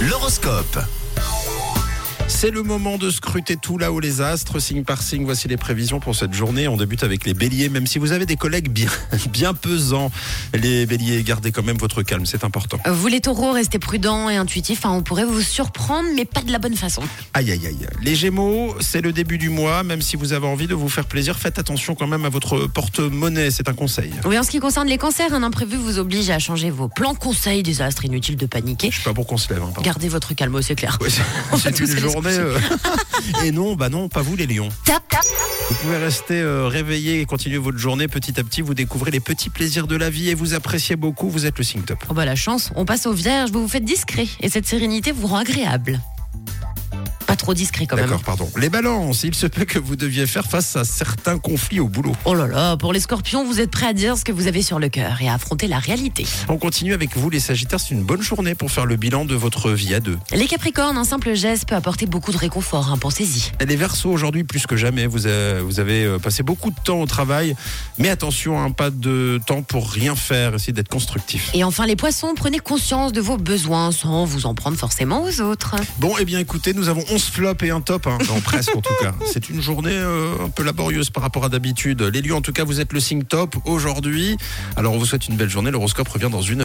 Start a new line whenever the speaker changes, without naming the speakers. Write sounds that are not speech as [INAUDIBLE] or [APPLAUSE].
l'horoscope. C'est le moment de scruter tout là-haut les astres, signe par signe. Voici les prévisions pour cette journée. On débute avec les béliers, même si vous avez des collègues bien, [LAUGHS] bien pesants. Les béliers, gardez quand même votre calme, c'est important.
Vous les taureaux, restez prudents et intuitifs. Enfin, on pourrait vous surprendre, mais pas de la bonne façon.
Aïe, aïe, aïe. Les gémeaux, c'est le début du mois. Même si vous avez envie de vous faire plaisir, faites attention quand même à votre porte-monnaie, c'est un conseil.
Oui, en ce qui concerne les cancers, un imprévu vous oblige à changer vos plans conseils des astres. Inutile de paniquer.
Je sais pas pour qu'on se lève. hein, pardon.
Gardez votre calme, c'est clair.
Ouais,
On va
c'est une
tous aller se
journée.
coucher. [LAUGHS]
euh, Et non, bah non, pas vous les lions.
Tap, tap.
Vous pouvez rester euh, réveillé et continuer votre journée petit à petit. Vous découvrez les petits plaisirs de la vie et vous appréciez beaucoup. Vous êtes le sync top.
Oh bah la chance, on passe aux vierges, vous vous faites discret et cette sérénité vous rend agréable. Pas trop discret quand même. hein.
D'accord, pardon. Les balances, il se peut que vous deviez faire face à certains conflits au boulot.
Oh là là, pour les scorpions, vous êtes prêts à dire ce que vous avez sur le cœur et à affronter la réalité.
On continue avec vous, les sagittaires. C'est une bonne journée pour faire le bilan de votre vie à deux.
Les capricornes, un simple geste peut apporter beaucoup de réconfort, hein, pensez-y.
Les versos, aujourd'hui, plus que jamais, vous, euh, vous avez euh, passé beaucoup de temps au travail. Mais attention, hein, pas de temps pour rien faire. Essayez d'être constructif.
Et enfin les poissons, prenez conscience de vos besoins sans vous en prendre forcément aux autres.
Bon, eh bien écoutez, nous avons 11 flops et un top. Hein. Non, presque en tout cas. C'est une journée euh, un peu laborieuse par rapport à d'habitude. Les lieux, en tout cas, vous êtes le signe top aujourd'hui. Alors, on vous souhaite une belle journée. L'horoscope revient dans une